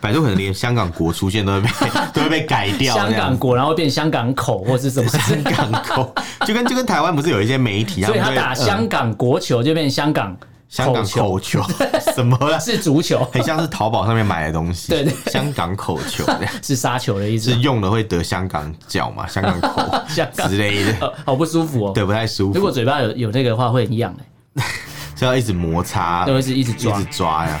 百度可能连香港国出现都会被 都会被改掉，香这样港子国，然后变香港口或是 什么之类的，香港国就跟就跟台湾不是有一些媒体，所以他们打就会嗯香港国球就变香港香港球，口球 什么啦，是足球，很像是淘宝上面买的东西，对对香港口球这样是杀球的意思是。用了会得香港脚嘛，香港 口香港之类的，呃，好不舒服哦。对，不太舒如果服，嘴巴有有那个的话，会很痒哎、是要一直摩擦，都会是一直一直抓。抓呀。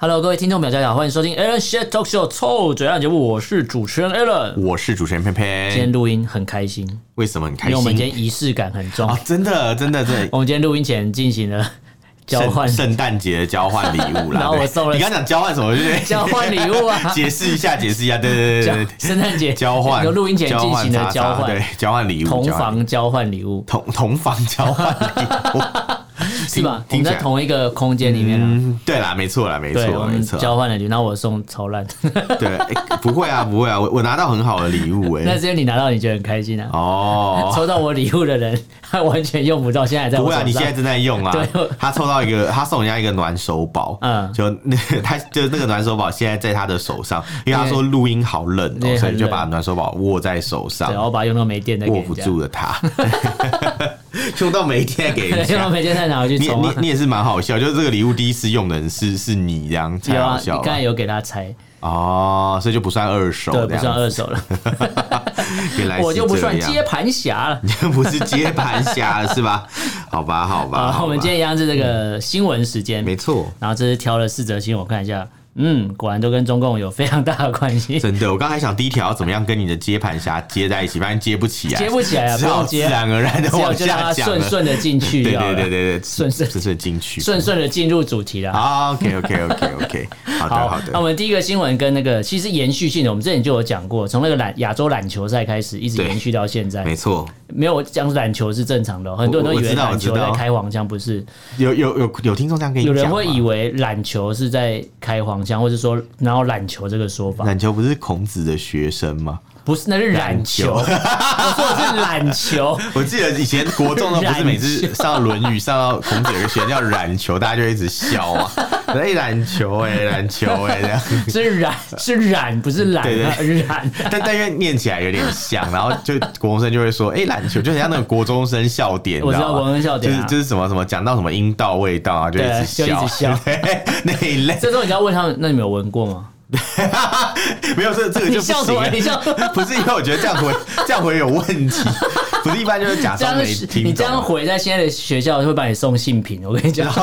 Hello，各位听众朋友，大家好，欢迎收听 Alan Shit Talk Show 臭嘴案节目，我是主持人 Alan。我是主持人偏今天偏，录音很开心，为什么很开因为我们今心？天仪式感很重。啊，真的，真的，真的。我们今天录音前进行了 交圣换圣诞节的交换礼物啦。 然后我对送了你刚讲交换什么？就是，交换礼物啊 解释一 下，解释一下。对对交对对对，圣诞节交换有录音前进行的交交叉叉换对，交换礼物，同交换房交换礼物同同房交换礼 物是吧？我听听起们在来同一个空间里面啊。嗯，对啦，没错啦，没对，我错，没们错。交换了礼物，然后我送超烂，对，诶不会啊，不会啊，我我拿到很好的礼物 那哎。是因为你拿到你觉得很开心啊。哦， 抽到我礼物的人，他完全用不到，现在还在不我会啊，手你现在上。正在用啊 对我。他抽到一个，他送人家一个暖手宝，嗯嗯，就那 他就那个暖手宝现在在他的手上，因为他说录音好冷对哦，所以很就冷把暖手宝握在手上对，。然后把它用到没电再给握人不家。住的他， 用到每一天给人对，用到家。没电再拿回去你抽啊你。你也是蛮好笑，就是这个礼物第一次用的人是是你这样才有好啊，你笑刚吧才有给他拆，哦，所以就不算二手对，这不算样，二手了，原来我就不算接接，盘侠了。不是接盘侠了是吧？好吧，好吧，啊，好吧我们今天一样是这个新闻时间，没错，然后这是挑了四则新闻，我看一下，嗯，果然都跟中共有非常大的关 系，真的，我刚才想第一条要怎么样跟你的接盘侠接在一起，发现接不起来，接不起来啊，只不好用自接，然而然的只有往就让下它讲了顺。顺的进去对就对好了，对对对，顺顺顺顺进去，顺顺的进入主题了。好，OK OK OK OK，好的好的那我，们第一个新闻跟那个其实延续性的，我们之前就有讲过，从那个篮亚洲篮球赛开始，一直对延续到现在。没错，没有我讲篮球是正常的哦，很多人我都以我知为道篮球我知在道开黄腔，不是？有有有有听众这样跟你有讲吗，人会以为篮球是在开黄腔，或者说然后篮球这个说法，篮球不是孔子的学生吗？ 不是，那是篮球。我篮说的是篮球，我记得以前国中呢，不是每冉次上《论语》上到孔子有个学生叫冉球，大家就一直笑啊， 哎冉球哎冉球哎这样， 是染是染，不是染对啊 对染。但 但因为念起来有点像，然后就国中生就会说哎冉球，就很像那个国中生笑点，我知吗道国中生笑点啊就是就是什么什么讲到什么阴道味道啊，就一直对就一笑，直笑对 那一类，这时候你要问他们，那你们有闻过吗？没有这这个 你就不笑什行啊么？了你。笑什么 不是因为我觉得这样回这样回有问题，不是一般就是假这装样没是听懂。啊你这样回，在现在的学校会把你送性品。我跟 你讲，你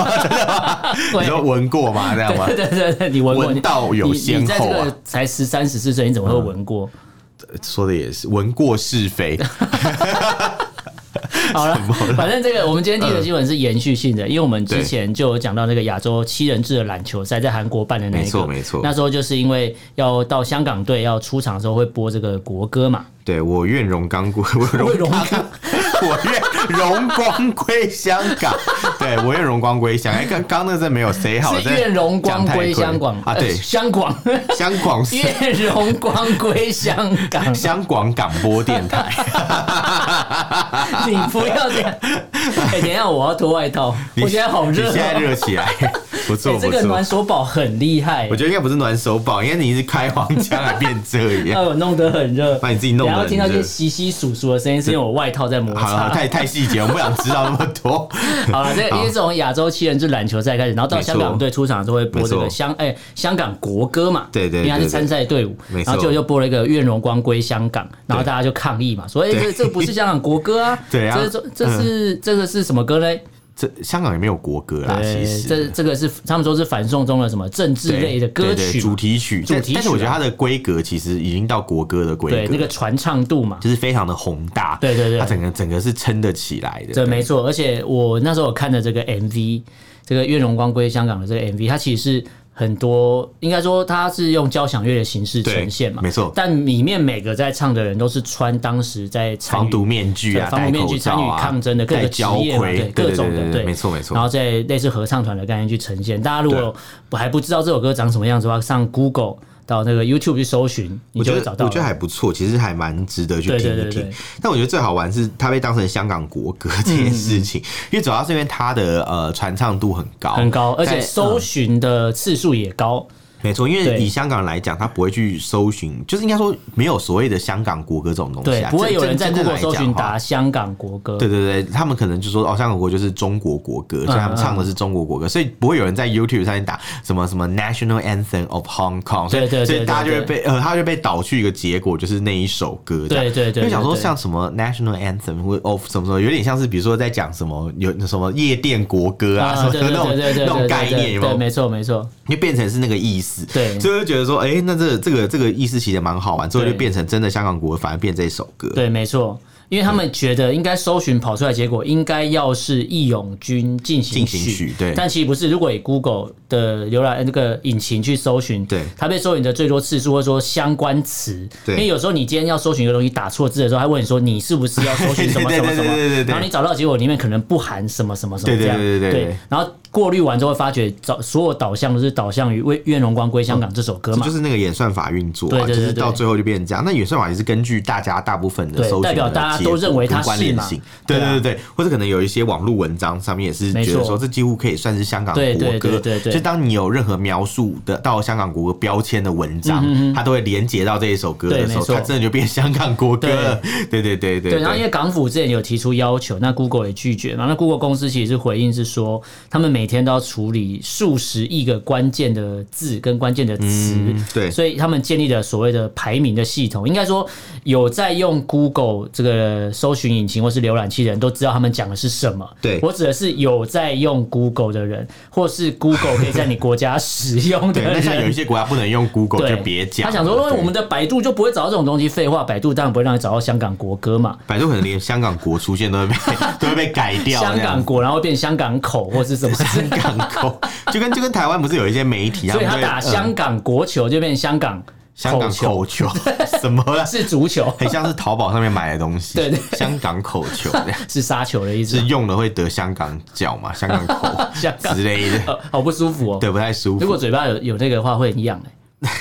会说闻过吗？这样吗对？对对对，你闻过？闻你道有你你先在后啊这嗯个，才十三十四岁，你怎么会闻过？说的也是，闻过是 非。好了，反正这个我们今天第一个新闻是延续性的，因为我们之前就有讲到那个亚洲七人制的篮球赛在韩国办的那一个，没错没错那时候就是因为要到香港队要出场的时候会播这个国歌嘛，对我愿荣刚归， 我会荣荣刚，我愿荣光归香港。对，我愿荣光归香。哎，刚刚那真没有谁好，是愿荣光归香港啊，呃对，香港 香港是，愿荣光归香 港香港广播电台。你不要这样，哎、等一下我要脱外套，你 我觉得好热、你现在哦。热起 来，不哎、错这不个错暖。手宝很厉害我，觉得应该不是暖手宝，因为你是开黄腔还变这样 哎，。我弄得很热，把你自己弄得然后很听到一些热稀稀疏疏的声音，是因为我外套在摩擦。好了，好哦太太细节，我不想知道那么 多。 好了，这好个因为从亚洲七人制篮球赛开始，然后到香没港错队出场的时候会播这个没错香哎、香港国歌嘛，对对对因为他是参赛队伍对，对然后没错就又播了一个《愿荣光归香港》，然后大家就抗议嘛，说哎、这对这不是香港国歌啊， 对啊这是这是、这个是什么歌嘞？这香港也没有国歌啦，呃其实这这个是他们说是反送中的什么政治对类的歌对对曲嘛，主题曲，主但题曲啊但是我觉得它的规格其实已经到国歌的规对格，那个传唱度嘛，就是非常的宏大。对对对它整个整个是撑得起来的。对，没错。而且我那时候我看的这个 MV，这个“愿荣光归香港”的这个 MV，它其实是很多，应该说它是用交响乐的形式呈现嘛，对没错但里面每个在唱的人都是穿当时在参与防毒面具啊，对防毒面具戴口罩啊参与抗争的各戴个职胶业嘛，盔，对对各种对的对对对，没错没错然。后在类似合唱团的概念去呈现。大家如果不还不知道这首歌长什么样子的话，上 Google 到那个 YouTube 去搜寻，你我就觉会得找到了。我觉得还不错，其实还蛮值得去听一听。对对对对嗯但我觉得最好玩是它被当成香港国歌这件事情，因为主要是因为它的呃传唱度很高，很高，而且在搜寻的次数也高。没错，因对为以香港人来讲，他不会去搜寻，就是应该说没有所谓的香港国歌这种东对西、啊，，不会有人在真正 Google 来讲搜的寻话打香港国歌。对对对，他们可能就说哦，香港国就是中国国歌，所以他们唱的是中国国歌，所以不会有人在 YouTube 上面打什么什么 National Anthem of Hong Kong，所以对对对所以大家就对会被呃，他就被导去一个结果，就是那一首歌这样。对对对就想说对对像什么 National Anthem 或 of 什么什么，有点像是比如说在讲什么有什么夜店国歌啊什么对对的那种对对对那种对概念，对有没对，有？没错没错，就变成是那个意思，对所以我就觉得说，哎、那这这个这个意思其实蛮好玩，最后就对变成真的香港国歌反而变这首歌，对没错。因为他们觉得应该搜寻跑出来的结果应该要是义勇军进行进行曲对但其实不是。如果以 Google 的浏览那个引擎去搜寻，对它被搜寻的最多次数或者说相关词，对因为有时候你今天要搜寻一个东西打错字的时候，它问你说你是不是要搜寻什么什么什 对对对对对对么，对然后你找到的结果里面可能不含什么什么什么这样，对对对对对对然后过滤完之后发觉找所有导向都是导向于为愿荣光归香港这首歌这嘛就，是那个演算法运作、啊，对对对就是对到最后就变成这样。那演算法也是根据大家大部分的对搜寻的代表大家都认为它结果跟关联性是嘛，对对对啊对对，或者可能有一些网络文章上面也是觉没得错说这几乎可以算是香港国对歌。对对对对就当你有任何描述的到香港国歌标签的文章，嗯它都会连接到这一首歌对的时没候，错它真的就变香港国歌了。对对对对对，然后因为港府之前有提出要求，那 Google 也拒绝嘛。那 Google 公司其实是回应是说，他们每天都要处理数十亿个关键的字跟关键的词，嗯对所以他们建立了所谓的排名的系统。应该说，有在用 Google 这个搜寻引擎或是浏览器的人都知道他们讲的是什么。对我指的是有在用 Google 的人，或是 Google 可以在你国家使用的 对，人。那像有一些国家不能用 Google 对，就别讲了。他想说，对我们的百度就不会找到这种东西，废话，百度当然不会让你找到香港国歌嘛。百度可能连香港国出现都会 被都会被改掉，香这样港子果，然后变香港口或是什 么之类香的，港口，就跟就跟台湾不是有一些媒体，所以们他会打嗯香港国球就变香港香口港球，口球 什么啦？ 是足球，很像是淘宝上面买的东西，对对香港口球这样是杀球的意思是。用了会得香港脚嘛，香港口 香港之类的，呃好不舒服哦。对，不太舒如果服，嘴巴有有那个的话，会很痒哎、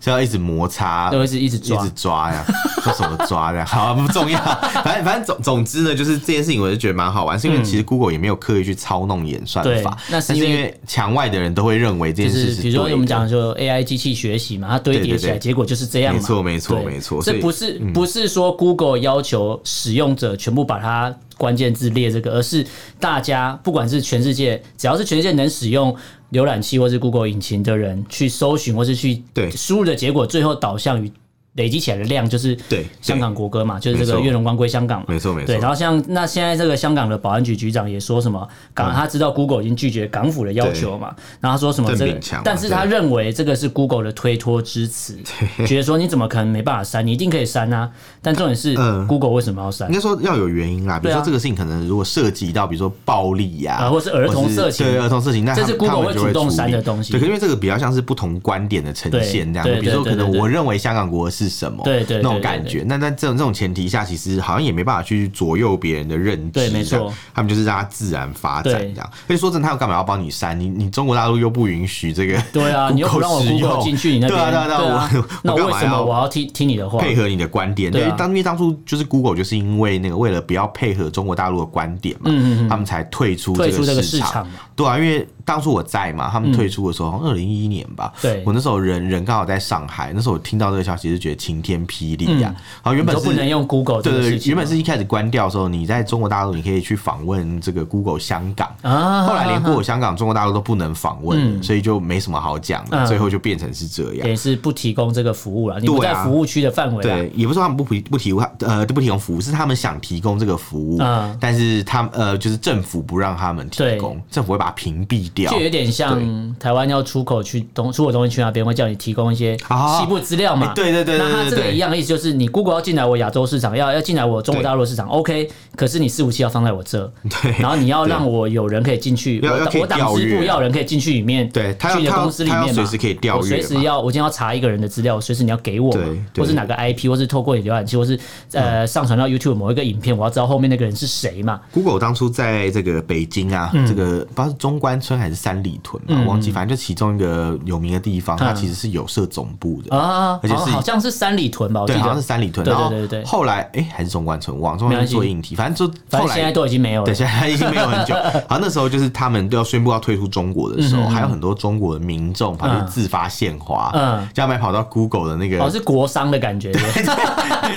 是要一直摩擦，都会是一直一抓直。抓呀， 说什么抓呀？好、不重要。 反正反正总总之呢，就是这件事情，我就觉得蛮好玩，是因为其实 Google 也没有刻意去操弄演算嗯对法，那是但是因为因为墙外的人都会认为这就件事是是比如说对我们的讲说 AI 机器学习嘛，它堆叠起对来对对结果就是这样嘛。没错没错对没错所这以嗯不是不是说 Google 要求使用者全部把它关键字列这个，而是大家不管是全世界，只要是全世界能使用浏览器或是 Google 引擎的人去搜寻或是去对输入的结果，最后导向于。累积起来的量就是对香港国歌嘛，就是这没个错“月荣光归香港”嘛，没错没错对，然后像那现在这个香港的保安局局长也说什么，嗯港他知道 Google 已经拒绝港府的要求嘛，然后他说什么这邓个炳强，嘛但是他对认为这个是 Google 的推脱之词， 觉得说你怎么可能没办法删？你一定可以删啊！但重点是嗯 Google 为什么要删应？该说要有原因啦，比对如啊说这个事情可能如果涉及到，比如说暴力呀、啊或是儿童或是色情对儿童色情，那这是他们 Google 他们就会主动处理删的东西对，可因为这个比较像是不同观点的呈现这样对子，对比如说可对对能对对我认为香港国是什么，对对对那种感觉。那在这种这种前提下，其实好像也没办法去左右别人的认知，对没错这样，他们就是让它自然发展对这样。而且说真的，他又干嘛要帮你删？你你中国大陆又不允许这个 Google 使用，对啊，你又不让我 Google 进去你那对边，啊对啊对啊，我那干为嘛什么要我要听听你的话？配合你的观点。对啊因为当因为当初就是 Google 就是因为那个为了不要配合中国大陆的观点嗯嘛，他们才退出退出这这个个市市场场嘛。嗯对啊，因为当初我在嘛，他们退出的时候，好像二零一一年吧。对我那时候人人刚好在上海，那时候我听到这个消息就觉得晴天霹雳呀、好，原嗯你本都是不能用 Google 这对个对事对，情原嘛。本是一开始关掉的时候，你在中国大陆你可以去访问这个 Google 香港，啊，后来连 Google 香港、中国大陆都不能访问了，所以就没什么好讲的，嗯最后就变成是这样。也是不提供这个服务了，你不对在啊服务区的范围啦。对，也不是说他们不提不提供呃不提供服务，是他们想提供这个服务，嗯但是他们呃就是政府不让他们提对供，政府会把它屏蔽掉就。有点像台湾要出口去东出口东西去那边，会叫你提供一些啊西部资料嘛。哎对对对对那它对这个对一样的意思就是，你 Google 要进来我亚洲市场，要要进来我中国大陆市场，OK，可是你伺服器要放在我这，然后你要让我有人可以进去，要我要可以我党支调部阅要有人可以进去里面，对他要去你的他要公司里面他嘛，要随时可以调阅我随时嘛要，我今天要查一个人的资料，随时你要给我嘛对，对嗯或是哪个 IP，或是透过你浏览器，或是呃上传到 YouTube 某一个影片，我要知道后面那个人是谁嘛， Google 当初在这个北京啊，嗯这个不知道是中关村还是三里屯嘛，忘记，反正就其中一个有名的地方，它其实是有设总部的。嗯啊，而且是好好像是三里屯吧，我记对，好像是得，三里屯，对然对后对对对后来哎、还是中关村，往中没关关村系做硬体，反正就反后正现在来都已经没有了对，。现在已经没有 很久。好，那时候就是他们都要宣布要退出中国的时候，还有很多中国的民众跑去自发献花，嗯嗯，叫他们跑到 Google 的那个，哦，是国商的感觉。对不对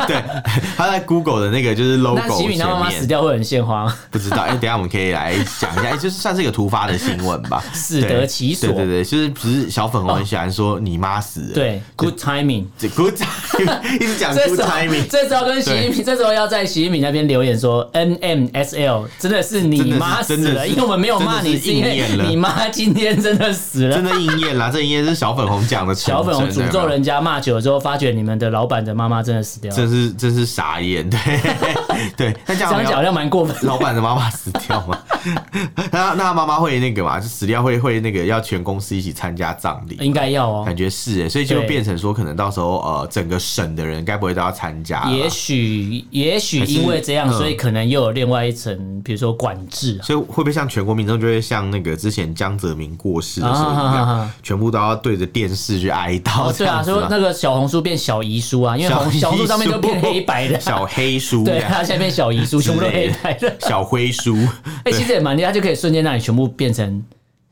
对，他在 Google 的那个就是 logo 那齐前敏面。他妈妈死掉会很献花吗？不 知道，哎、等一下我们可以来讲一下，哎、就是算是一个突发的新闻吧， 死得其所哦对对对，就是只是小粉红很喜欢说你妈死了，对，good timing。这，good timing，一直讲这嗯 good 时候 timing，，这时候跟习近平，这时候要在习近平那边留言说，N M S L 真的是你妈死真的是真的了，是因为我们没有骂你，真的是是因应为验了你妈今天真的死了真。的应验啦，这应验是小粉红讲的成 小真，粉红诅对咒吧。人家骂久了之后，发觉你们的老板的妈妈真的死掉了，真是真是傻眼，对 对，那这这样样没有讲好像蛮过分。 老板的妈妈死掉吗？ 那那他妈妈会那个嘛，就死掉会会那个要全公司一起参加葬礼，应该要哦，感觉是哎，所以就对变成说，可能到时候呃，整个省的人该不会都要参加了吧？也许也许因为这样，还是嗯所以可能又有另外一层，比如说管制啊。所以会不会像全国民众就会像那个之前江泽民过世的时候一啊啊啊样啊，全部都要对着电视去哀哦悼？，对啊，这样说子吗那个小红书变小遗书啊，因为红小红书上面都变黑白 的，小黑书，对啊，现在变小遗书，全部都黑白的。 小灰书，哎、其实也蛮厉害，就可以瞬间让你全部变成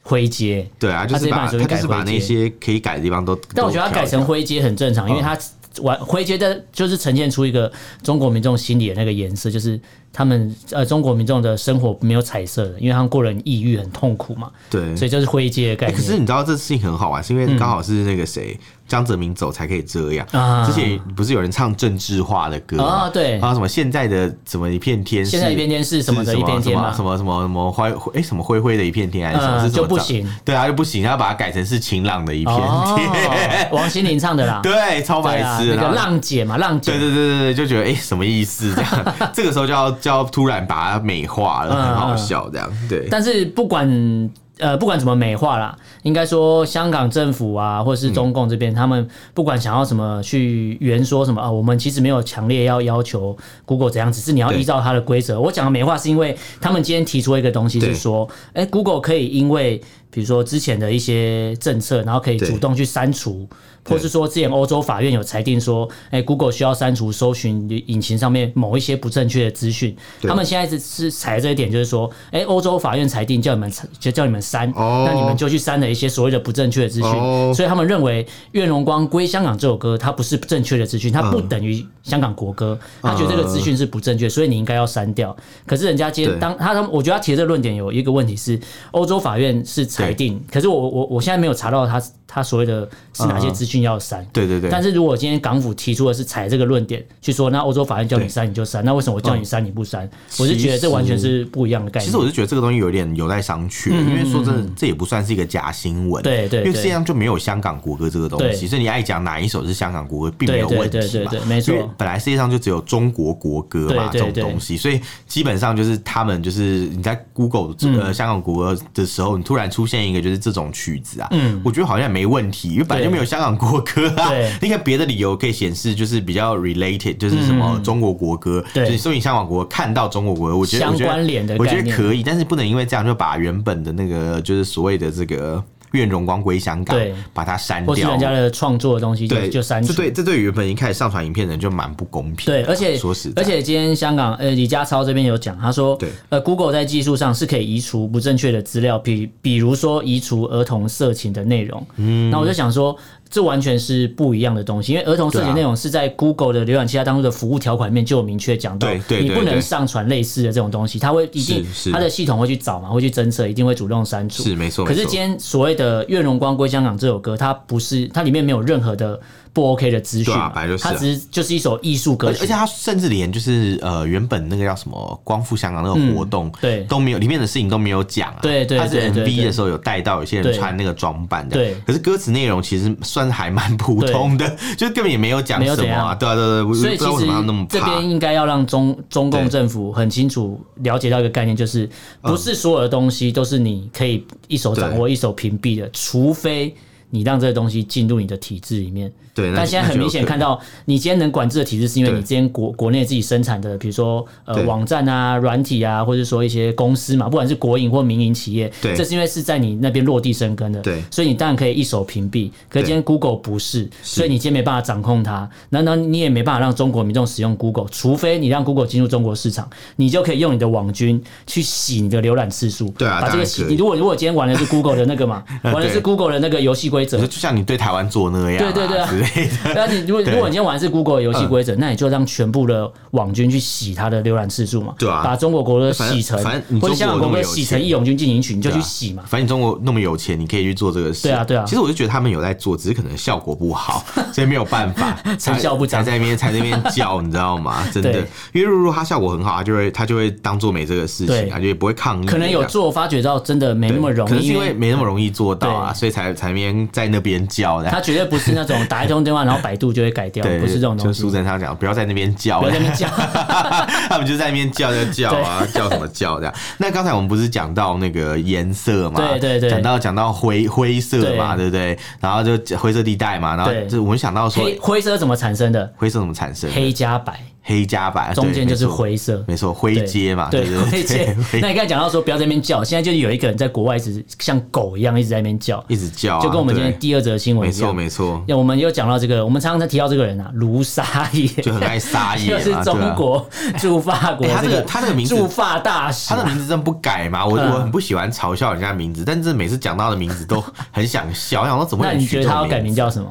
灰阶。对啊，就他直是接把把手机他改就是把灰阶那些可以改的地方都，但我觉得它都挑改成一挑灰阶很正常，因为它完灰阶的，就是呈现出一个中国民众心里的那个颜色，就是他们呃中国民众的生活没有彩色的，因为他们过得很抑郁、很痛苦嘛，对，所以就是灰阶的概欸念。可是你知道这事情很好玩，是因嗯为刚好是那个谁、江泽民走才可以这样。啊之前不是有人唱政治化的歌吗啊对然后什么现在的什么一片天是，现在一片天是什么的是一片天吗什么什么什么灰哎什么灰灰的一片天还是什么？嗯是什么就不早行，对啊就不行，要把它改成是晴朗的 一片哦天。，王心凌唱的啦，对，超 白对啊，痴那的。然个后浪姐嘛，浪姐对对对对对，就觉得哎、欸什么意思这 样？这个时候就要就要突然把它美化了，很好笑这样。对，嗯但是不管呃不管怎么美化啦，应该说香港政府啊，或者是中共这边，他们不管想要什么去圆说什么啊，我们其实没有强烈要要求 Google 怎样，只是你要对依照它的规则。我讲的美化是因为他们今天提出一个东西是对说，哎、g o o g l e 可以因为比如说之前的一些政策，然后可以对主动去删除。或对是说，之前欧洲法院有裁定说，哎、g o o g l e 需要删除搜寻引擎上面某一些不正确的资讯。对他们现在是是踩这一点，就是说，哎、欧洲法院裁定叫你们就叫你们删，哦那你们就去删了一些所谓的不正确的资讯，哦所以他们认为《愿荣光归香港》这首歌它不是正确的资讯，嗯它不等于香港国歌，他觉得这个资讯是不正确，所以你应该要删掉。可是人家今天对当他他们，我觉得他提的这个论点有一个问题是，欧洲法院是裁定，可是我我我现在没有查到他他所谓的是哪些资讯要删。对对对。但是如果今天港府提出的是采这个论点去说，那欧洲法院叫你删你就删，那为什么我叫你删你不删？我是觉得这完全是不一样的概嗯念。嗯其实我是觉得这个东西有点有待商榷，因为说真的，这也不算是一个假新闻。对对因为对世界上就没有香港国歌这个东对西，所以你爱讲哪一首是香港国歌，并没对有对问对题对嘛。对，没因错为。本来世界上就只有中国国歌嘛对对这种东西，所以基本上就是他们就是你在 Google 这嗯个香港国歌的时候，你突然出现一个就是这种曲子啊，我觉得好像也没问题，因为本来就没有香港国歌啊嗯对，应该别的理由可以显示就是比较 related，就是什嗯么中国国歌，对就是所以香港国歌看到中国国歌，我觉得我觉得相关联的我觉概得念可以，但是不能因为这样就把原本的那个就是所谓的这个。愿荣光归香港对，把它删或是掉人，家的创作的东西就对，就删除这。对这对原本已经开始上传影片的人就蛮不公平的。对，而且啊说实在，而且今天香港呃李家超这边有讲，他说对呃 Google 在技术上是可以移除不正确的资料，比比如说移除儿童色情的内容。嗯，那我就想说，这完全是不一样的东西，因为儿童色对情啊内容是在 Google 的浏览器它当中的服务条款里面就有明确讲到对，对你对不能对上传类似的这种东西，它会一定是是它的系统会去找嘛，会去侦测，一定会主动删除。是没错可是没错今天所谓的《愿荣光归香港》这首歌，它不是它里面没有任何的不 OK 的资讯嘛，对啊本来就是啊它只是就是一首艺术歌而且而曲且，他甚至连就是呃原本那个叫什么光复香港那个活动，嗯对都没有里面的事情都没有讲啊。对对他是对对 MV 对的时候有带到有些人对穿那个装扮的，对可是歌词内容其实算是还蛮普通的，就根本也没有讲没有什怎么啊。样对啊对啊对啊，我所不知以其道为实什么要那么这怕。边应该要让中中共对政府很清楚了解到一个概念，就是不是所有的东西都是你可以一手掌握、一手屏蔽的，除非你让这个东西进入你的体制里面。对，那但现在很明显看，到，你今天能管制的体制，是因为你对今天国国内自己生产的，比如说呃对网站啊、软体啊，或者说一些公司嘛，不管是国营或民营企业，对这是因为是在你那边落地生根的，对所以你当然可以一手屏蔽。可是今天 Google 不是，所以你今天没办法掌控它，难道你也没办法让中国民众使用 Google？除非你让 Google 进入中国市场，你就可以用你的网军去洗你的浏览次数，对啊把这当个然洗。可以你如果如果今天玩的是 Google 的那个嘛，玩的是 对 Google 的那个游戏规则那，就就像你对台湾做那样、啊，对对 对啊之类的。那你如果如果你今天玩的是 Google 的游戏规嗯则，那你就让全部的网军去洗它的浏览次数嘛，对啊把中国国歌洗成反正反正，你或中者国香港国那么歌有洗成钱义勇军进行曲，你就对去啊洗嘛。反正你中国那么有钱，你可以去做这个事。对啊对啊其实我就觉得他们有在做，只是可能效果不 好，所以没有办法，成效不彰才在那边才在那边叫，你知道吗？ 真的对，因为如果他效果很好，他就会他就会当做没这个事对情，他就也不会抗议。可能有做，发觉到真的没这样，那么容嗯对可能易，是因为没那么容易做到啊，对所以才才那边在那边叫的。他绝对不是那种打一通电话然后百度就会改掉，对，不是这种就东是西苏。贞昌讲，不要在那边叫，不要在那边 叫他们就在那边叫叫叫啊，叫什么叫这样。那刚才我们不是讲到那个颜色嘛？对对对讲到讲到灰灰色嘛，对对不对？然后就灰色地带嘛，然后对就我们想到说黑灰色怎么产生的？灰色怎么产生的？黑加白，黑加白，中间就是对没错灰色。没错，灰阶嘛，对对对灰对阶对，灰那你刚才讲到说不要在那边叫，现在就是有一个人在国外一直像狗一样一直在那边叫，一直叫啊，就跟我们今天对第二则新闻没一样错。没错，那我们又讲到这个，我们常常在提到这个人啊，卢沙野， 就很爱撒野就嘛，是中对啊国 驻法国哎他这这个个他这个名字驻法大使他啊，的名字真不改嘛，我嗯我很不喜欢嘲笑人家名字，但是每次讲到的名字都很想笑，我想说怎么会那有人你取觉得这他种要改名字叫什么？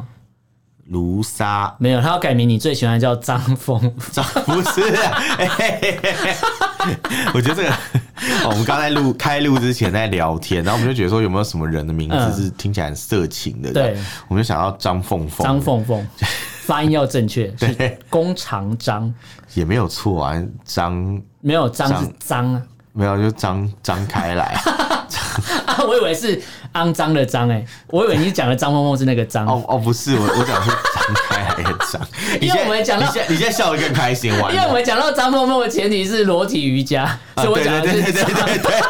卢莎？没有，他要改名，你最喜欢叫张峰。这不是、 啊，嘿嘿嘿嘿我觉得这个，哦我们刚才录开录之前在聊天，然后我们就觉得说有没有什么人的名嗯字是听起来很色情的，对，我们就想到张凤凤，张凤 凤，发音要正确，是对弓长张，也没有错啊，张没有张张是脏啊 没有就张张开来，啊！我以为是肮脏的脏哎，我以为你讲的张凤凤是那个脏。哦哦不是，我我讲是张开来的张，你因为现我们讲在到你现在你现在笑得更开心，完因了为我们讲到张凤凤的前提是裸体瑜伽，所以我啊对讲的对对是对张对 对对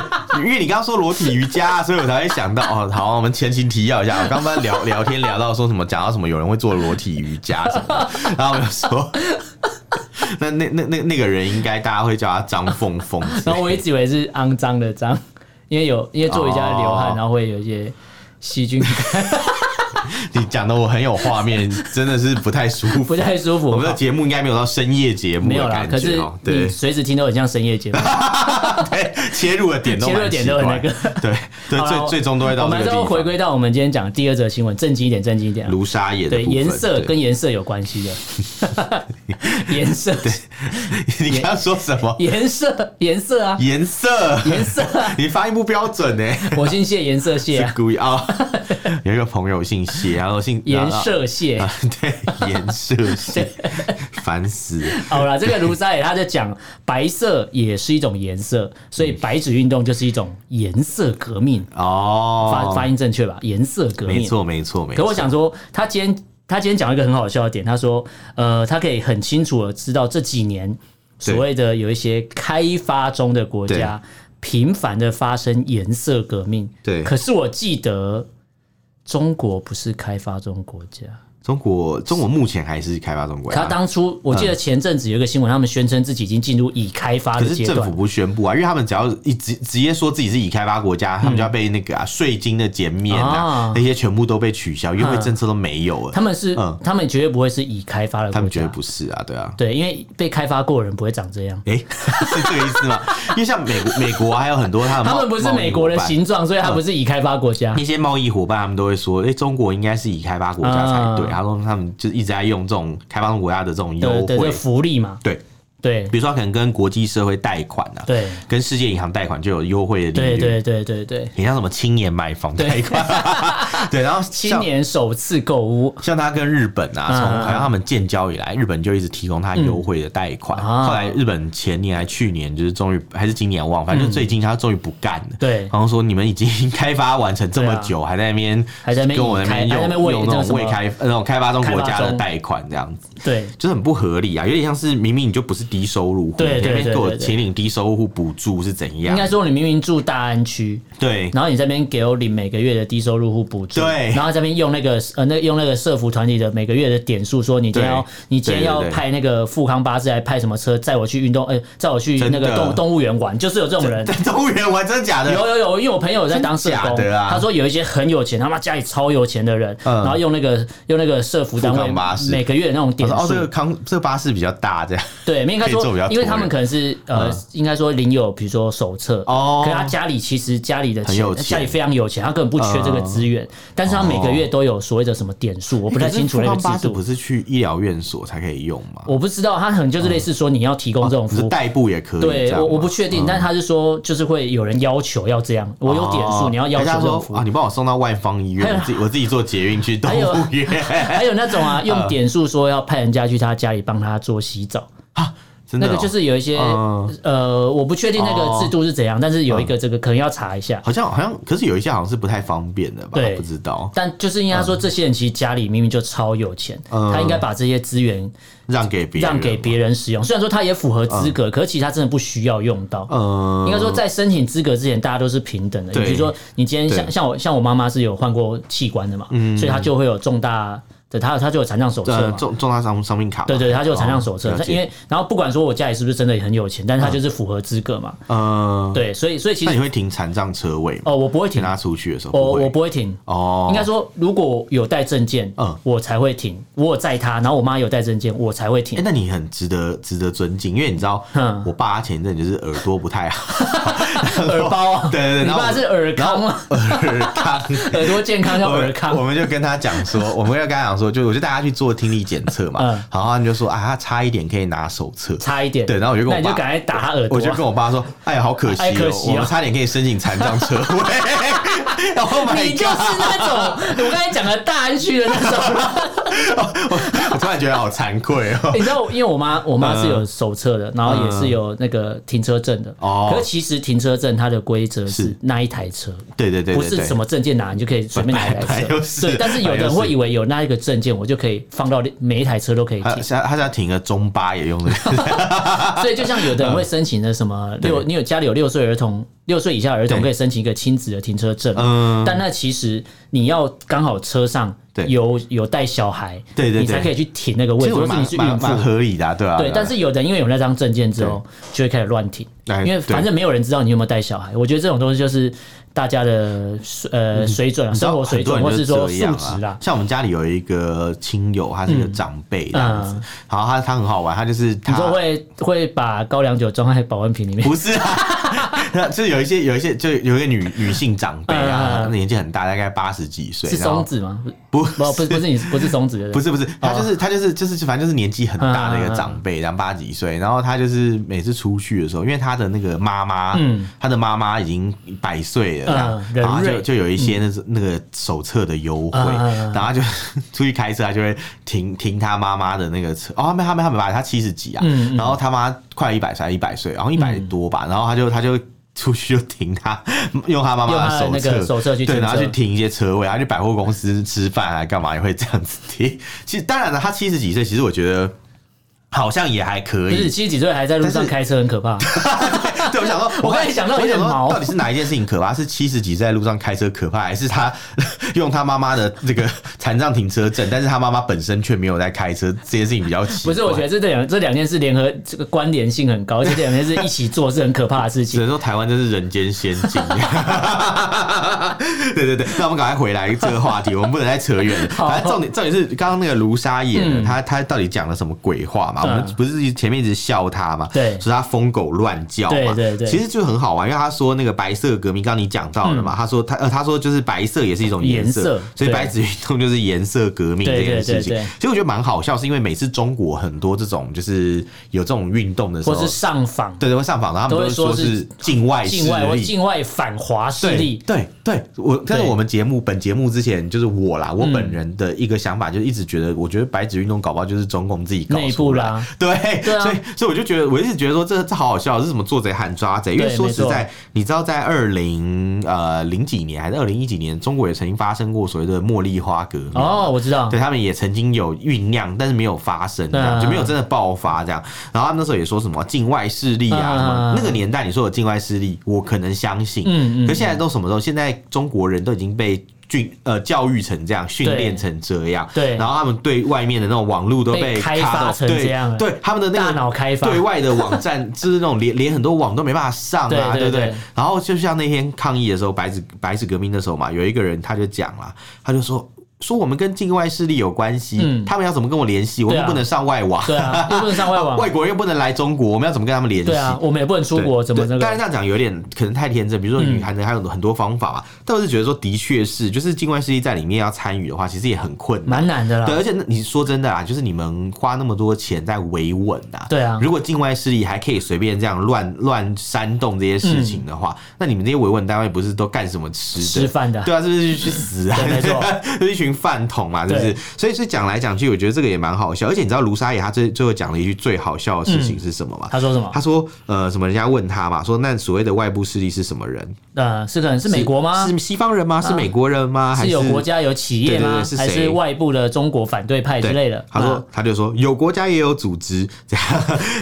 对，因为你刚刚说裸体瑜伽，啊所以我才会想到哦。好，我们前情提要一下，我刚刚聊聊天聊到说什么，讲到什么有人会做裸体瑜伽什么的，然后我就说，那那那那那个人应该大家会叫他张凤凤之类 的，然后我一直以为是肮脏的脏，因为有因为做瑜伽流汗，哦然后会有一些细菌你讲的我很有画面，真的是不太舒服，不太舒服。我们的节目应该没有到深夜节目没有 的啦，感可是觉哦，你对随时听都很像深夜节目。对，切入的点都切入的蛮点奇都怪，很那个对对， 好啦 最最终都会我到们这还个是地要回方。归到我们今天讲第二则新闻，正经一点，正经一点啊。卢沙野的对，部分颜色对跟颜色有关系的， 颜色， 你刚刚说什么？颜色，颜色 啊，颜色，颜色啊，你发音不标准呢、欸我姓谢，颜色谢是啊，故意啊、有一个朋友姓谢，然后姓颜色谢啊，。 对，颜色谢，烦死了。好了，这个卢塞他在讲白色也是一种颜色，所以白纸运动就是一种颜色革命，发哦，发音正确吧？颜色革命，没错，没错，没可我错。想说，他今天他今天讲了一个很好笑的点，他说，呃，他可以很清楚的知道这几年所谓的有一些开发中的国家频繁的发生颜色革命。对可是我记得中国不是开发中国家，中国，中国目前还是开发中国他家。当初我记得前阵子有一个新闻，他们宣称自己已经进入已开发可的是阶政段府。不宣布啊，因为他们只要一直直接说自己是已开发国家，他们就要被那个啊税金的减免嗯啊啊，那些全部都被取消，优惠嗯政策都没有他了。们是，嗯他们绝对不会是已开发的他国们绝对家，不是啊，对啊。对，因为被开发过的人不会长这样。哎、 是这个意思吗？因为像美国，美国还有很多他的贸他们不是美国的贸易伙伴形状，所以他不是已开发国家。那些贸易伙伴，他们都会说，哎、中国应该是已开发国家才对。啊嗯他说他们就一直在用这种开发中国家的这种优的的这惠个，福利嘛。对对比如说他可能跟国际社会贷款啊，对跟世界银行贷款就有优惠的利率。对对对对对，你像什么青年买房贷款， 对，然后青像年首次购屋，像他跟日本啊，嗯从好像他们建交以来，日本就一直提供他优惠的贷款。嗯啊后来日本前年还去年就是终于还是今年忘了，反正就最近他终于不干了。对啊然后说你们已经开发完成这么久，还在那边还在那边跟我那边引开还在那边用喂用这那个种什么未开呃那种开发中国开家发的中贷款这样子。对就是很不合理啊，有点像是明明你就不是低收入户，对对你在那边对给我对对请领低收入补助是怎样？应该说你明明住大安区，对然后你这边给我领每个月的低收入户补助，对然后这边用那个呃那用那个社服团体的每个月的点数，说你今天要对你今天对对要对派那个富康巴士来派什么车载我去运动，呃，载我去那真个的动动物园玩，就是有这种人在。 动物园玩真的假的？ 有有有，因为我朋友有在当社真工，假的啊他说有一些很有钱，他妈家里超有钱的人，嗯然后用那个用那个社服单富位康巴士每个月那种点我说哦，数这，个康这个巴士比较大，这样对，没应该可以做说比较，多嗯因为他们可能是呃，应该说领有比如说手册哦可是他家里其实家里的很有钱哦家里非常有钱，他根本不缺这个资源，但是他每个月都有所谓的什么点数，我不太清楚那欸可个是富康巴制士不度，是去医疗院所才可以用吗？我不知道，他可能就是类似说你要提供这种只哦服是务。代步也可以。这对样嗯我吗我不确定，但他是说就是会有人要求要这样，我有点数，哦你要要求还哎是他这种说服务啊，。你帮我送到万方医还院，有我自己我自己坐捷运 去动还有物园，还有那种啊，呃用点数说要派人家去他家里帮他做洗澡，真的那哦个就是有一些嗯哦呃，我不确定那个制度是怎样，但是有一个这个可能要查一下。好像好像，可是有一些好像是不太方便的吧？对不知道但就是应该说，这些人其实家里明明就超有钱，嗯他应该把这些资源让给别人，让给别人使用。虽然说他也符合资格，可是其实他真的不需要用到。嗯，应该说，在申请资格之前，大家都是平等的。你对比如说，你今天像对像我像我妈妈是有换过器官的嘛，所以她就会有重大的，她她就有残障手册呃嘛。重重大伤伤病卡嘛，对对，她就有残障手册哦，了她解因为然后不管说我家里是不是真的很有钱，但是她就是符合资格嘛。嗯，对，所以所以其那你实会停残障车位吗？哦，我不会停停，他出去的时候，我会我不会停，哦，应该说，如果有带证件，嗯我才会停。我有载他，然后我妈有带证件，我才会哎、停。那你很值得值得尊敬，因为你知道嗯，我爸他前一阵就是耳朵不太 好，耳包啊，对对对你然后爸我是耳康啊， 耳 康。耳朵健康叫我耳们我康。们就跟他讲说，我们要跟他讲说，就我就带他去做听力检测嘛，嗯然后他就说啊，他差一点可以拿手册，差一点，对然后我就跟我那你就爸赶快打他耳朵我啊，就跟我爸说，哎呀，好可惜哦，哎可惜哦我们差点可以申请残障车位。oh my 你就是，Oh god！那种我刚才讲的大安区的那种人。我我突然觉得好惭愧哦。 欸你知道，因为我妈我妈嗯是有手册的，然后也是有那个停车证的。哦可是其实停车证它的规则是是那一台车，对对对不对是对，什么证件拿，你就可以随便拿一本台来就是车。对，但是有的人本来就会是以为有那一个证件，我就可以放到每一台车都可以他 停。他他要停个中巴也用 这个，所以就像有的人会申请的什么六，嗯对你有家里有六岁儿童，六岁以下儿童对可以申请一个亲子的停车证嘛，嗯但那其实你要刚好车上对有有带小孩，对对对你才可以去停那个其位置，实我或觉得蛮是你是孕蛮妇。蛮合理的啊，对啊。对，啊但是有的人因为有那张证件之后，就会开始乱停，哎因为反正没有人知道你有没有带小孩。我觉得这种东西就是大家的呃水准、啊，嗯你知生道活很水多准，人或就是说这素样啊质啊啦。像我们家里有一个亲友，他是一个长辈这样子，然后他他很好玩，他就是嗯你他说会会把高粱酒装在保温瓶里面，不是 啊，就是有一些有一些就有一个女女性长辈啊，嗯嗯嗯她年纪很大，大概八十几岁，是然后松子吗？不不不是不是你不是松子的 人，不是不是，他啊就是他就是就是反正就是年纪很大嗯的一个长辈，然后八十几岁，然后他就是每次出去的时候，因为他的那个妈妈，嗯他的妈妈已经百岁了，这样嗯然后啊人就瑞嗯就有一些那是那个手册的优惠，嗯嗯嗯嗯然后他就出去开车，他就会停停他妈妈的那个车，哦，他们他们他们把他七十几啊，嗯嗯然后他妈快一百才一百岁，然后一百多吧，然后他就他就。出去就停他，用他妈妈的手用他的那册，个手册去对，停然后车去停一些车位，然后去百货公司吃饭啊，干嘛也会这样子停。其实当然了，他七十几岁，其实我觉得好像也还可不是以。七十几岁还在路但上是开车很 可怕，对，我想说， 我刚才想到我有点想说，毛到底是哪一件事情可怕？是七十几岁在路上开车可怕，还是他 用他妈妈的这个残障停车证，但是他妈妈本身却没有在开车，这件事情比较奇怪。不是？我觉得这两这两件事联合这个关联性很高，而且这两件事一起做是很可怕的事只情。能说台湾真是人间仙境。 对对对，那我们赶快回来这个话题，我们不能再扯远了。 好反正重点重点是刚刚那个卢沙野呢，嗯他他到底讲了什么鬼话嘛？我们嗯不是前面一直笑他嘛？对说他疯狗乱叫嘛？对对对其实就很好玩，因为他说那个白色革命，刚刚你讲到了嘛，他说他呃他说就是白色也是一种颜嗯颜色所以对白纸运动就是就是颜色革命这件事情对对对对。其实我觉得蛮好笑，是因为每次中国很多这种就是有这种运动的时或候，是上访对对会上访，然后他们都会说说是是境外势境外或力。境外反华势对力，对对，我但是对嗯我们节目本节目之前就是我啦，我本人的一个想法就是一直觉得，我觉得白纸运动搞不好就是中共自己搞内出部来。啦， 对，对啊所以所以我就觉得，我一直觉得说这这好好笑，这是什么做贼喊抓贼？因为对说没实错在，你知道在二零呃零几年还是二零一几年，中国也曾经发生过所谓的茉莉花革命。哦，我知道，对他们也曾经有酝酿，但是没有发生，这嗯样嗯就没有真的爆发这样。然后他们那时候也说什么境外势力啊，嗯嗯什么嗯那个年代你说有境外势力，我可能相信，嗯嗯可现在都什么时候？现在中国人都已经被。训呃教育成这样，训练成这样，对然后他们对外面的那种网络都被开开发到成对这样了对他们的那个大脑开发对外的网站 就是那种连连很多网都没办法上啊，对对对不对对？然后就像那天抗议的时候，白纸白纸革命的时候嘛，有一个人他就讲啦，他就说说我们跟境外势力有关系，嗯他们要怎么跟我联系？我对们啊不能上外网，对啊，又不能上外网，外国人又不能来中国，我们要怎么跟他们联系？对啊，我们也不能嗯出国，对怎么对那当然个？这样讲有点可能太天真，比如说女孩子还有很多方法嘛，但我是觉得说的确是，就是境外势力在里面要参与的话，其实也很困难。蛮难的对，啦，而且那你说真的啊，就是你们花那么多钱在维稳啊，对啊如果境外势力还可以随便这样乱乱煽动这些事情的话，那你们这些维稳单位不是都干什么吃的？嗯吃饭的对啊，是不是去死啊？对没错， 就是一群饭桶啊嘛，是不是对？所以所以讲来讲去，我觉得这个也蛮好笑。而且你知道卢沙野他最最后讲了一句最好笑的事情是什么吗？嗯他说什么？他说：“呃，什么？人家问他嘛，说那所谓的外部势力是什么人？呃，是可能是美国吗？是西方人吗？是美国人吗？还啊是有国家有企业对对吗对是？谁还是外部的中国反对派之对类的？啊他说，他就说有国家也有组织， 这样，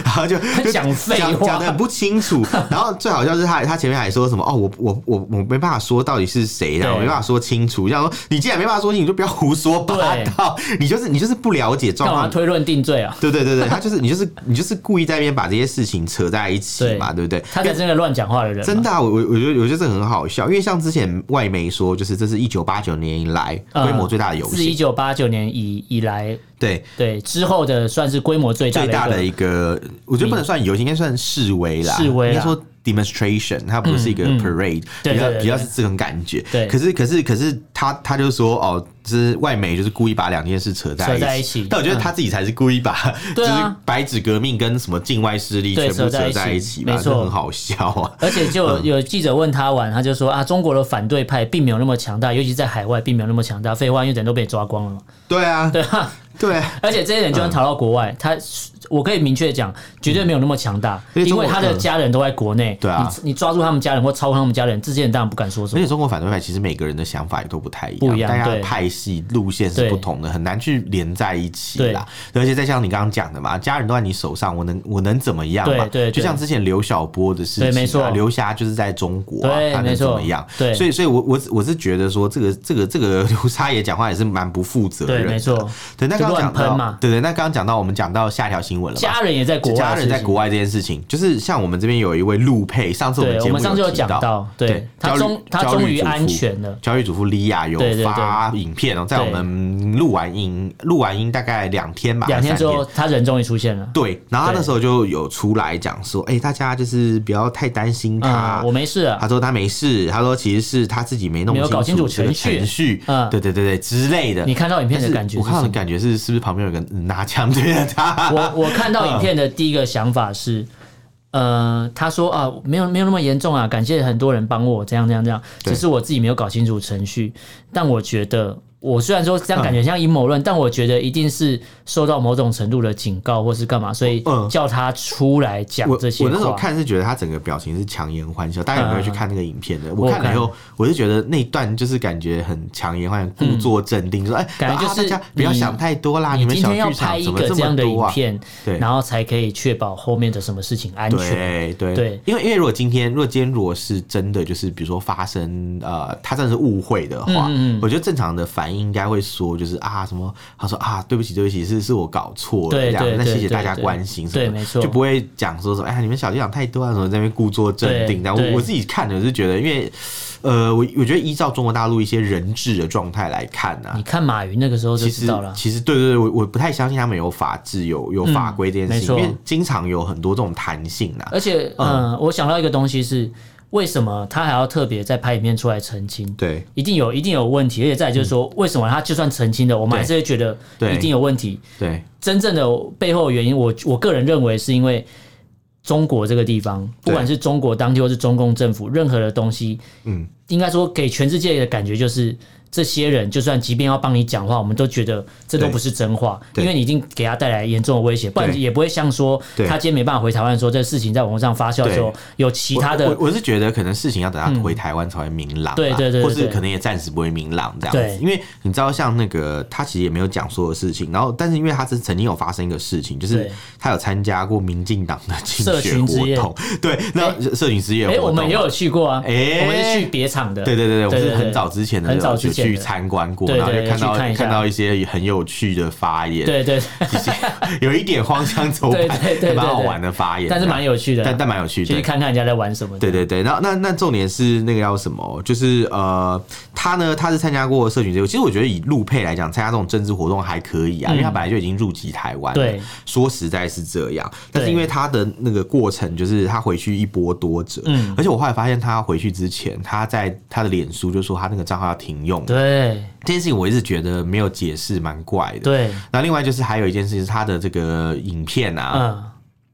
然后就就讲废话讲的很不清 楚。然后最好笑是他他前面还说什么哦，我我我我没办法说到底是谁的，对我没办法说清楚。这样说你既然没办法说清楚，你就不要胡说八道，你就是你就是不了解那状干嘛况。推论定罪啊？对对对 对，他就是你就是你就是故意在那边把这些事情扯在一起嘛，对不对？他才真的乱讲话的人嘛，真的、啊，我我我觉得我觉得这很好笑，因为像之前外媒说，就是这是一九八九年以来呃规模最大的游自一戏，九八九年以以来，对，对之后的算是规模最大最大的的一一个，我觉得不能算游行，应该算示威啦，示威啦应该说 demonstration，它不是一个嗯嗯 parade，、对比较对对比较是这种感觉。对可是可是可是他他就说哦，就是外媒就是故意把两件事扯在扯一起，在一起嗯但我觉得他自己才是故意把、就对是啊白纸革命跟什么境外势力全对部扯扯在一起在一起吧，没错这很好笑啊。而且就有有记者问他完，他就说啊，中国的反对派并没有那么强大，尤其在海外并没有那么强大。废话，因为人都被抓光了嘛，对啊，对啊。对啊。而且这些人就算逃到国嗯外，他我可以明确讲，绝对没有那么强大，嗯因为因中国为他的家人都在国内。对啊嗯你你抓住他们家人或操控他们家人，这些人当然不敢说什而么。且中国反对派其实每个人的想法也都不太一样，不一样大家的对派系路线是对不同的，很难去连在一起啦。而且再像你刚刚讲的嘛，家人都在你手上，我能我能怎么样嘛？对对对就像之前刘晓波的事情、啊，对没错刘霞就是在中国、啊，对他能没怎错么样？对所以所以我我我是觉得说这个这个这个刘沙也讲话也是蛮不负责任对，的，没。错，对，那就刚刚讲乱喷到嘛，对对，那刚刚讲到我们讲到下一条新闻了嘛，家人也在国外，家人在国外。外这件事情，就是像我们这边有一位陆佩，上次我们对，节我目们上次有提讲到，对对，他焦虑终他焦虑终于主妇安全了。教育主妇莉亚有对对发影片哦，在我们录完音录完音大概两天吧，两天还是之三后，。他人终于出现了。对，然后他对那时候就有出来讲说，哎、大家就是不要太担心他。嗯，我没事啊。他说他没事，他说其实是他自己没弄没有搞清楚这个程序程序，嗯对对对对之类的。你看到影片的但是感觉我是看到什的么？感觉是，是不是旁边有个人拿枪对着他？ 我我看到影片的第一个想法是，呃，他说啊，没有没有那么严重啊，感谢很多人帮我，这样这样这样，对只是我自己没有搞清楚程序。但我觉得，我虽然说这样感觉像阴谋论，但我觉得一定是受到某种程度的警告或是干嘛，所以嗯叫他出来讲我这些我那时候话。嗯看是觉得他整个表情是强颜欢笑，大家有没有去看那个影片的？我我看了看以后，我就觉得那一段就是感觉很强颜欢笑，故作镇定，说：“哎，嗯感觉啊就是大家不要你想太多啦，你们今小天要剧拍场一怎么个这么样的多影啊片，对然后才可以确保后面的什么事情安全。对啊对对因为因为如果今天如果今天如果是真的，就是比如说发生呃，他真的是误会的话，嗯嗯嗯我觉得正常的反应应该会说就是啊什么，他说啊对不起对不起，是是我搞错了对这样，对那对谢谢对大家对关心什么的，对没错就不会讲说什么哎呀你们小剧场太多啊什么在那边故作镇定，对然后对我自己看的我是觉得因为。呃，我我觉得依照中国大陆一些人质的状态来看啊，你看马云那个时候就其知实道了，嗯其实对对对，我我不太相信他们有法治、有有法规这件事情，没因错为经常有很多这种弹性啊。而且，嗯、我想到一个东西是，为什么他还要特别再拍影片出来澄清？对一定有一定有问题，而且再来就是说，为什么他就算澄清了，我们还是会觉得嗯对一定有问题？对真正的背后原因，我我个人认为是因为中国这个地方，不管是中国当地或是中共政府，任何的东西，嗯，应该说给全世界的感觉就是。这些人就算即便要帮你讲话，我们都觉得这都对不是真话，对因为你已经给他带来严重的威胁，不然对也不会像说对他今天没办法回台湾说这事情在网络上发酵的时候对有其他我的嗯我我是觉得可能事情要等他回台湾才会明朗啦、对对对对或是对可能也暂时不会明朗这样子对，因为你知道像那个他其实也没有讲所有事情，然后但是因为他是曾经有发生一个事情，就是对他有参加过民进党的竞社选群之活夜动，对，那社群之夜哎、活动，我们也有去过啊，哎我们是去别厂的，对对对对，我对对是很早之前的很早有之前的去参观过，对然后对就看到去看一下看到一些很有趣的发言，对对，对一些有一点荒腔走对对对板，对蛮好玩的发言，但是蛮有趣的啊，但但蛮有趣的去。看看人家在玩什么的。对对对，那那那重点是那个叫什么？就是呃，他呢，他是参加过社群之友。其实我觉得以陆配来讲，参加这种政治活动还可以啊，因为他本来就已经入籍台湾了。嗯对，说实在是这样，但是对因为他的那个过程，就是他回去一波多折。嗯而且我后来发现，他回去之前，他在他的脸书就说他那个账号要停用。对这件事情我一直觉得没有解释，蛮怪的。。对，那另外就是还有一件事是他的这个影片啊，嗯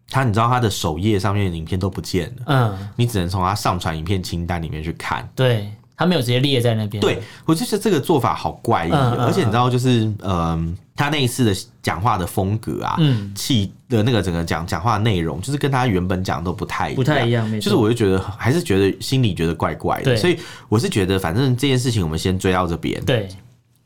他你知道他的首页上面的影片都不见了。嗯，你只能从他上传影片清单里面去看。对，他没有直接列在那边。对，我就觉得这个做法好怪异哦，嗯嗯嗯而且你知道，就是嗯、他那一次的讲话的风格啊，嗯气的那个整个讲讲话的内容，就是跟他原本讲的都不太一样不太一样没错就是我就觉得还是觉得心里觉得怪怪的，对所以我是觉得，反正这件事情我们先追到这边，对，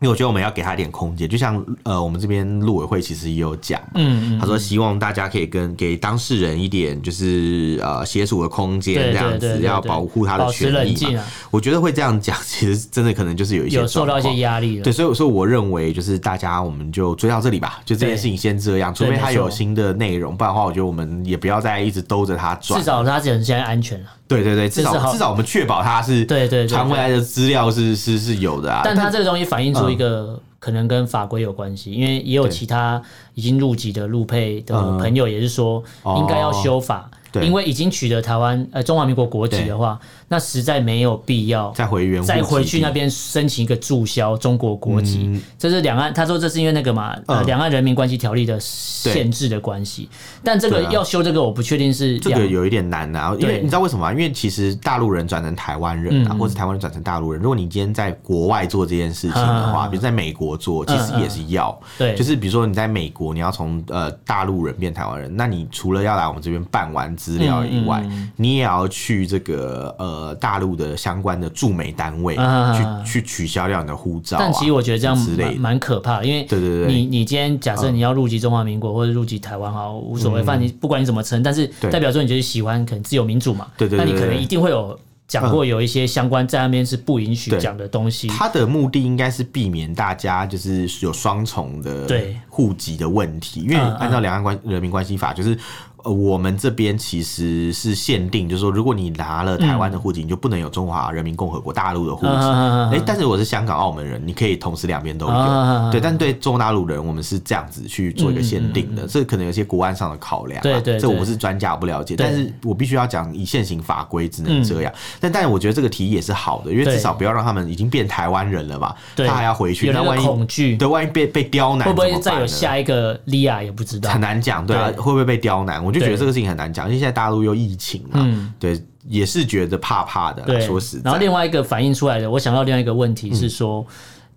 因为我觉得我们要给他一点空间，就像呃，我们这边陆委会其实也有讲嘛，嗯嗯，他说希望大家可以跟给当事人一点就是呃协助的空间，对这样对对子对要对保护他的保持权冷益静嘛。啊，我觉得会这样讲， 其实真的可能就是有一些有受到一状况。些压力了。对，所以所以我认为就是大家我们就追到这里吧，就这件对事情先这样，除非对他没有错新的内容，不然的话，我觉得我们也不要再一直兜着他转至。少他人现在安全了。对对对，至至少少至少我们确保他是对对对传回来的资料是是是有的啊。但他这个东西反映出一嗯个可能跟法规有关系，因为也有对其他已经入籍的陆配的嗯朋友也是说，哦应该要修法，对因为已经取得台湾呃中华民国国籍对的话，那实在没有必要再回原户再回去籍那边申请一个注销中国国籍，嗯这是两岸他说这是因为那个嘛，呃嗯两、岸人民关系条例的限制的关系，但这个对啊要修这个我不确定是这两个有一点难啊，因为对你知道为什么吗？因为其实大陆人转成台湾人啊，嗯或是台湾人转成大陆人，如果你今天在国外做这件事情的话，嗯比如在美国做，其实也是要，对，就是比如说你在美国，你要从呃大陆人变台湾人，那你除了要来我们这边办完资料嗯以外，你也要去这个呃大陆的相关的驻美单位、嗯去去取消掉你的护照、啊。但其实我觉得这样之类蛮的蛮可怕的，因为对对对嗯你你今天假设你要入籍中华民国或者入籍台湾哈，无所谓，反正你不管你怎么称，但是对代表说你就是喜欢可能自由民主嘛，对对对那你可对能对一定会有讲过有一些相关在那边是不允许对讲的东西，他的目的应该是避免大家就是有双重的对户籍的问题，因为嗯嗯按照两岸关人民关系法，就是呃我们这边其实是限定，就是说如果你拿了台湾的户籍，你就不能有中华人民共和国大陆的户嗯嗯嗯籍。嗯嗯嗯哎，但是我是香港、澳门人，你可以同时两边都嗯嗯嗯有。嗯对，但对中国大陆人，我们是这样子去做一个限定的，这可能有些国安上的考量啊。嗯对对这我对不是专家，我不了解。对嗯但是我必须要讲，以现行法规只能这样。但但我觉得这个提议也是好的，因为至对少不要让他们已经变台湾人了嘛，对他还要回去，有那那万个一恐惧，对万一被被刁难，会不怎会么再办有呢下一个利亚也不知道很，难讲，对啊，对会不会被刁难？我就觉得对这个事情很难讲，因为现在大陆又疫情嘛，嗯对，也是觉得怕怕的啦。对啊说实，在，嗯然后另外一个反映出来的，我想到另外一个问题是说，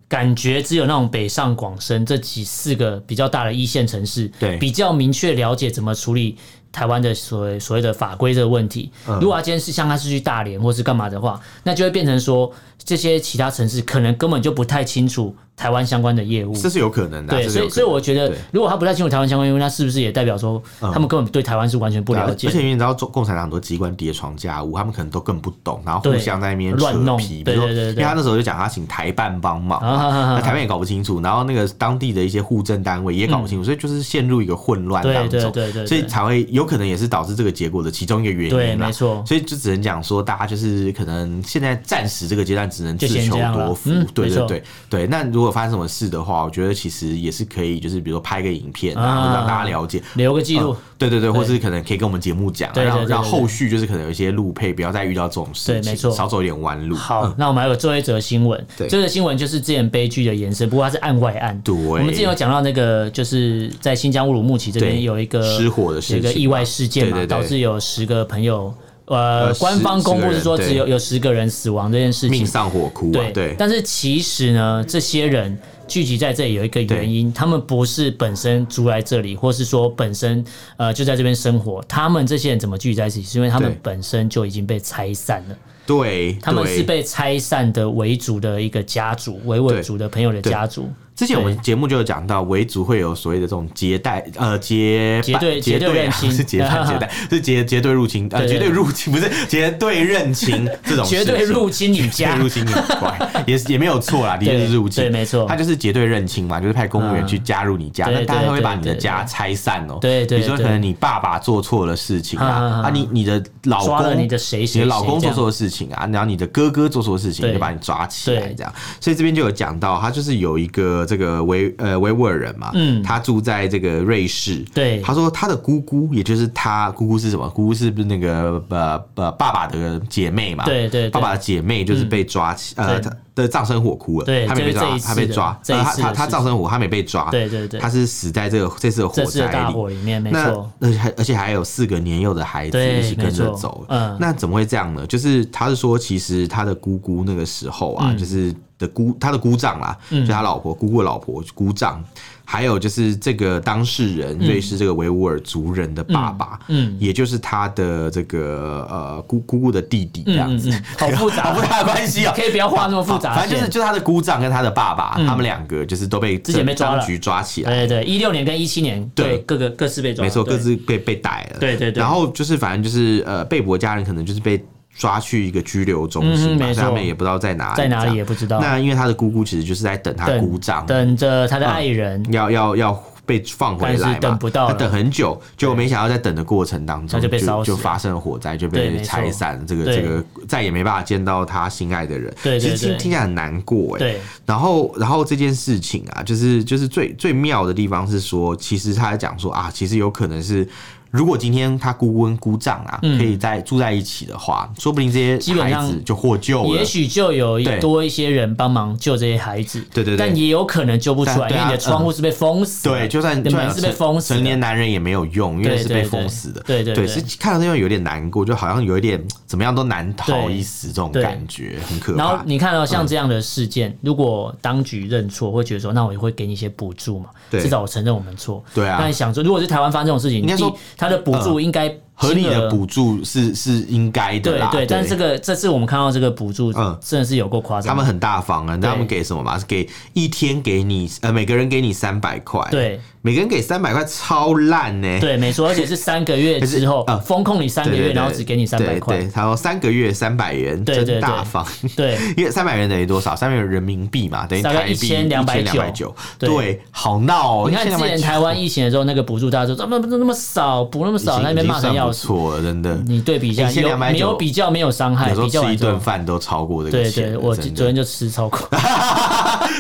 感觉只有那种北上广深这几四个比较大的一线城市，对比较明确了解怎么处理台湾的所谓所谓的法规这个问题。嗯如果他今天是像他是去大连或是干嘛的话，那就会变成说这些其他城市可能根本就不太清楚台湾相关的业务。这是有可能的啊，对，这是所有以可所以能我觉得对，嗯如果他不太清楚台湾相关业务，那是不是也代表说他们根本对台湾是完全不对啊了而解且的？因为你知道，中共产党很多机关叠床架屋，他们可能都更不懂，然后互对相在那边乱弄扯皮。比如说，对对对因对为他那时候就讲他请台办帮忙嘛，啊啊啊啊那台办也搞不清楚，然后那个当地的一些户政单位也搞不清楚，所以就是陷入一个混乱对当中，嗯对对对对所以才会有可能也是导致这个结果的其中一个原对，因啦没。错。所以就只能讲说，大家就是可能现在暂时这个阶段只能自就先求这样啦多福，嗯对没对错对对。那如果果发生什么事的话，我觉得其实也是可以，就是比如说拍个影片啊，啊或者让大家了解。留个记录。嗯对对对，或是可能可以跟我们节目讲啊，对对对让对让对后续就是可能有一些路配，不要再遇到这种事情，对没错少走一点弯路。好，那我们还有最后一则新闻。对这个新闻就是之前悲剧的延伸，不过它是案外案。对我们之前有讲到那个，就是在新疆乌鲁木齐这边对有一个失火的事情有一个意外事件嘛，对对对导致有十个朋友，呃，呃十官方公布是说十个人只有有十个人死亡这件事命情。丧火窟啊，对但是其实呢，这些人聚集在这里有一个原嗯因，他们不是本身住在这里，或是说本身呃就在这边生活，他们这些人怎么聚集在一起，是因为他们对本身就已经被拆散了。对，他们对是被拆散的维族的一个家族，维吾尔族的朋友的家族，之前我们节目就有讲到，维族会有所谓的这种结代，呃，结结对结结对对啊认亲 是结 代结代是结结对入侵，呃，对对结对入侵不 是结对认亲这种事情 绝对入侵你绝对 家入。侵很怪，也是也没有错啦，的确是入侵，对没错他就是结对认亲嘛，就是派公务员去加入你家，嗯那对他对会把你的对家拆散哦，对对比如说可对能你爸爸做错了事情嗯嗯啊，嗯啊，你你的老抓了公你的谁谁你的老公谁做这样错的事情啊，然后你的哥哥做错的事情，对你就把你抓起来对这样。所以这边就有讲到，他就是有一个这个维呃维吾尔人嘛，嗯他住在这个瑞士，对他说他的姑姑，也就是他姑姑是什么？姑姑是不是那个呃呃爸爸的姐妹嘛？对对对嗯爸爸的姐妹就是被抓起，呃，对她的葬身火窟了，对他没被就是这抓，一次他被抓的，这一呃，他次他的他事葬身火，他没被抓，对对对他是死在这个这次的火这次的灾大里，火里面，没那错，而且还而且还有四个年幼的孩子对一起跟着没错走，嗯那怎么会这样呢？就是他是说，其实他的姑姑那个时候啊，嗯就是的姑他的姑丈啦，就他老婆姑姑的老婆姑丈，还有就是这个当事人瑞士这个维吾尔族人的爸爸，嗯也就是他的这个呃姑姑姑的弟弟这样嗯子，嗯， 好好复杂复，杂的关系啊、 可以不要画那么复杂的反正就是线嗯就是他的姑丈跟他的爸爸，他们两个就是都被之前被抓了当局抓起来，对对对，一六年跟一七年，对对各个各自被抓，没错，对各自被被逮了。对对对然后就是反正就是呃，被捕的家人可能就是被抓去一个拘留中心嗯哼嘛，所没以他错们也不知道在哪里，在哪这里样也不知道。那因为他的姑姑其实就是在等他姑等丈，等着他的爱人，要要要被放回来但嘛，是等不到他了等很久，结果没想到在等的过程当中他就被烧就死了发生了火灾，就对被没错拆散，这个对这个再也没办法见到他心爱的人。对对其实听对听起来很难过哎。对然后，然后这件事情啊，就是就是最最妙的地方是说，其实他在讲说啊，其实有可能是，如果今天他姑姑跟姑丈啊，可以在住在一起的话，说不定这嗯基些本孩上子就获救了。也许就有一对多一些人帮忙救这些孩子，对对对但也有可能救不出但来，对因啊为你的窗户是被封死的，对，就算你的就算门有是被成封死的，成年男人也没有用，因为对是对被对封死的。对对对，对是看到那种有点难过，就好像有一点怎么样都难逃一死这种对感觉，很可然后怕。嗯你看到、像这样的事件，如果当局认错，会觉得说，那我也会给你一些补助嘛，对至少我承认我们错。对啊那你想说，如果是台湾发生这种事情，应该说第他的补助应该合理金额的补助是是应该的对啦，对，但是这个这次我们看到这个补助嗯，真的是有够夸张。他们很大方啊，你知道他们嗯对给什么吗？是给一天给你呃，每个人给你三百块，对，每个人给三百块，超烂呢、对，没错，而且是三个月可是之后呃封控你三对，个对月，对然后只给你三百对块对，，他说三个月三百元，对对真对大方。对， 因为三百元等于多少？三百元人民币嘛，等于大概台币1290对对，好闹哦！你看之前1290台湾疫情的时候，那个补助大家说怎么那么少，补那么已少，经那边骂成已经算要不死。错了，真的。你对比一下，有1290没有比较没有伤害，有时候比较吃一完之后顿饭都超过这个对钱对，了，我真昨的天就吃 超过，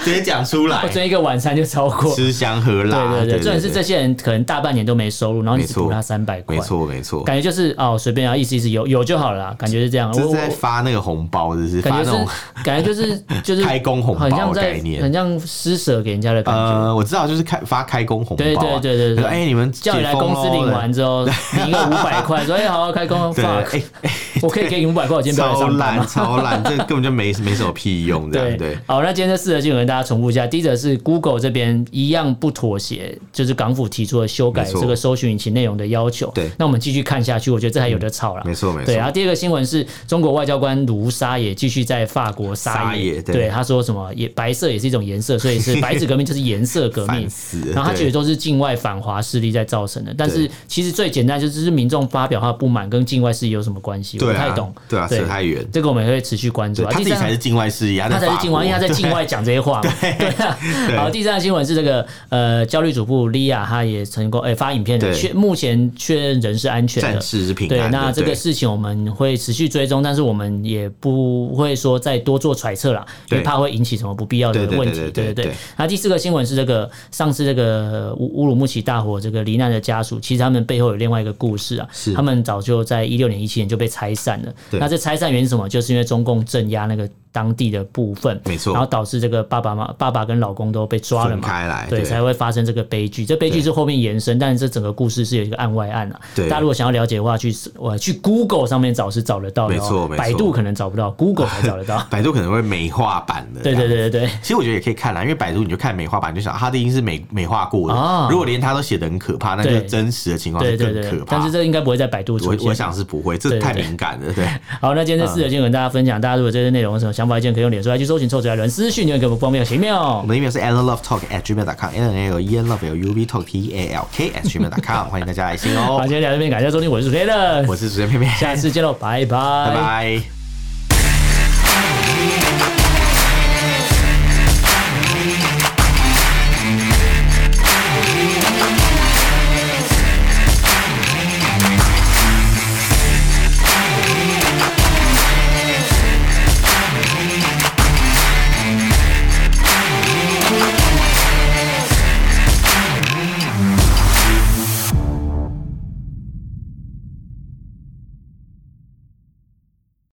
直接讲出来我，昨天一个晚餐就超过。吃香喝对辣，对对，对，重点是对这些人可能大半年都没收入，然后你没只错补他三百块没，错没错，感觉就是哦随便啊，意思意思有有就好了啦，感觉是这样。这我是我在发那个红包，就是感发那觉种是感觉就是就是开工红很包像的在概念很。像施舍给人家的感觉。 呃，我知道，就是开发开工红包啊，对对对对对就说哎，你们叫你来公司领完之后，领一个五百块，说哎，好好开工解封咯， ，fuck， 对，哎，我可以给你五百块，我今天不要来超上班烂 吗？超烂，这根本就没没什么屁用，这样对。好，那今天这四则新闻跟大家重复一下。第一则是 Google 这边一样不妥协，就是港府提出了修改没错这个搜寻引擎内容的要求。对那我们继续看下去，我觉得这还有的吵了、没错没错对，啊然后第二个新闻是中国外交官卢沙也继续在法国撒撒野对对他说什么也白色也是一种颜色，所以是白纸革命就是颜色革命 烦死了。然后他对觉得都是境外反华势力在造成的，但对是其实最简单就是就是民众众发表他的不满跟境外势力有什么关系？我对不啊太懂。对啊，扯太远。这个我们也会持续关注对啊。他第自己三才是境外势力，他他才法是境外，因为他在国境外讲这些 话嘛。 对啊。好，第三个新闻是这个呃，焦虑主妇莉亚，她也成功哎、发影片了，对确目前确认人是安全的暂。时是平对，安的。那这个事情我们会持续追踪，但是我们也不会说再多做揣测啦，因对为怕会引起什么不必要的对对对问题。对对对对对那第四个新闻是这个上次这个乌乌鲁木齐大火这个罹难的家属，其实他们背后有另外一个故事啊是，他们早就在一六年、一七年就被拆散了。对那这拆散原因是什么？就是因为中共镇压那个当地的部分，没错然后导致这个爸爸妈爸爸跟老公都被抓了分嘛。开来，对，才会发生这个悲剧。这悲剧是后面延伸，但是这整个故事是有一个案外案啊。对大家如果想要了解的话，去我去 Google 上面找是找得到的、哦，没错没错。百度可能找不到，Google 才找得到 百度可能会美化版的。对对。对 对对，其实我觉得也可以看啦，因为百度你就看美化版，你就想它啊一定是美美化过的。哦如果连它都写的很可怕，那就是对真实的情况对是更对对可，怕。但是这应该不会在百度出我现。我想是不会，这对对太对敏感了，对。 好，那今天这四则新闻跟大家分享，大家如果对这些内容有什么想法意见，可以用脸书来去搜寻“臭嘴艾伦”私讯，留言给我们方便行我妙。们的 email 是 a l love talk at gmail com a l l e n love l u v talk t a l k at gmail com，欢迎大家来信好，哦今。天聊到这边，感谢收听，我是主持人，我是主持人偏偏，下次见喽，拜拜拜拜。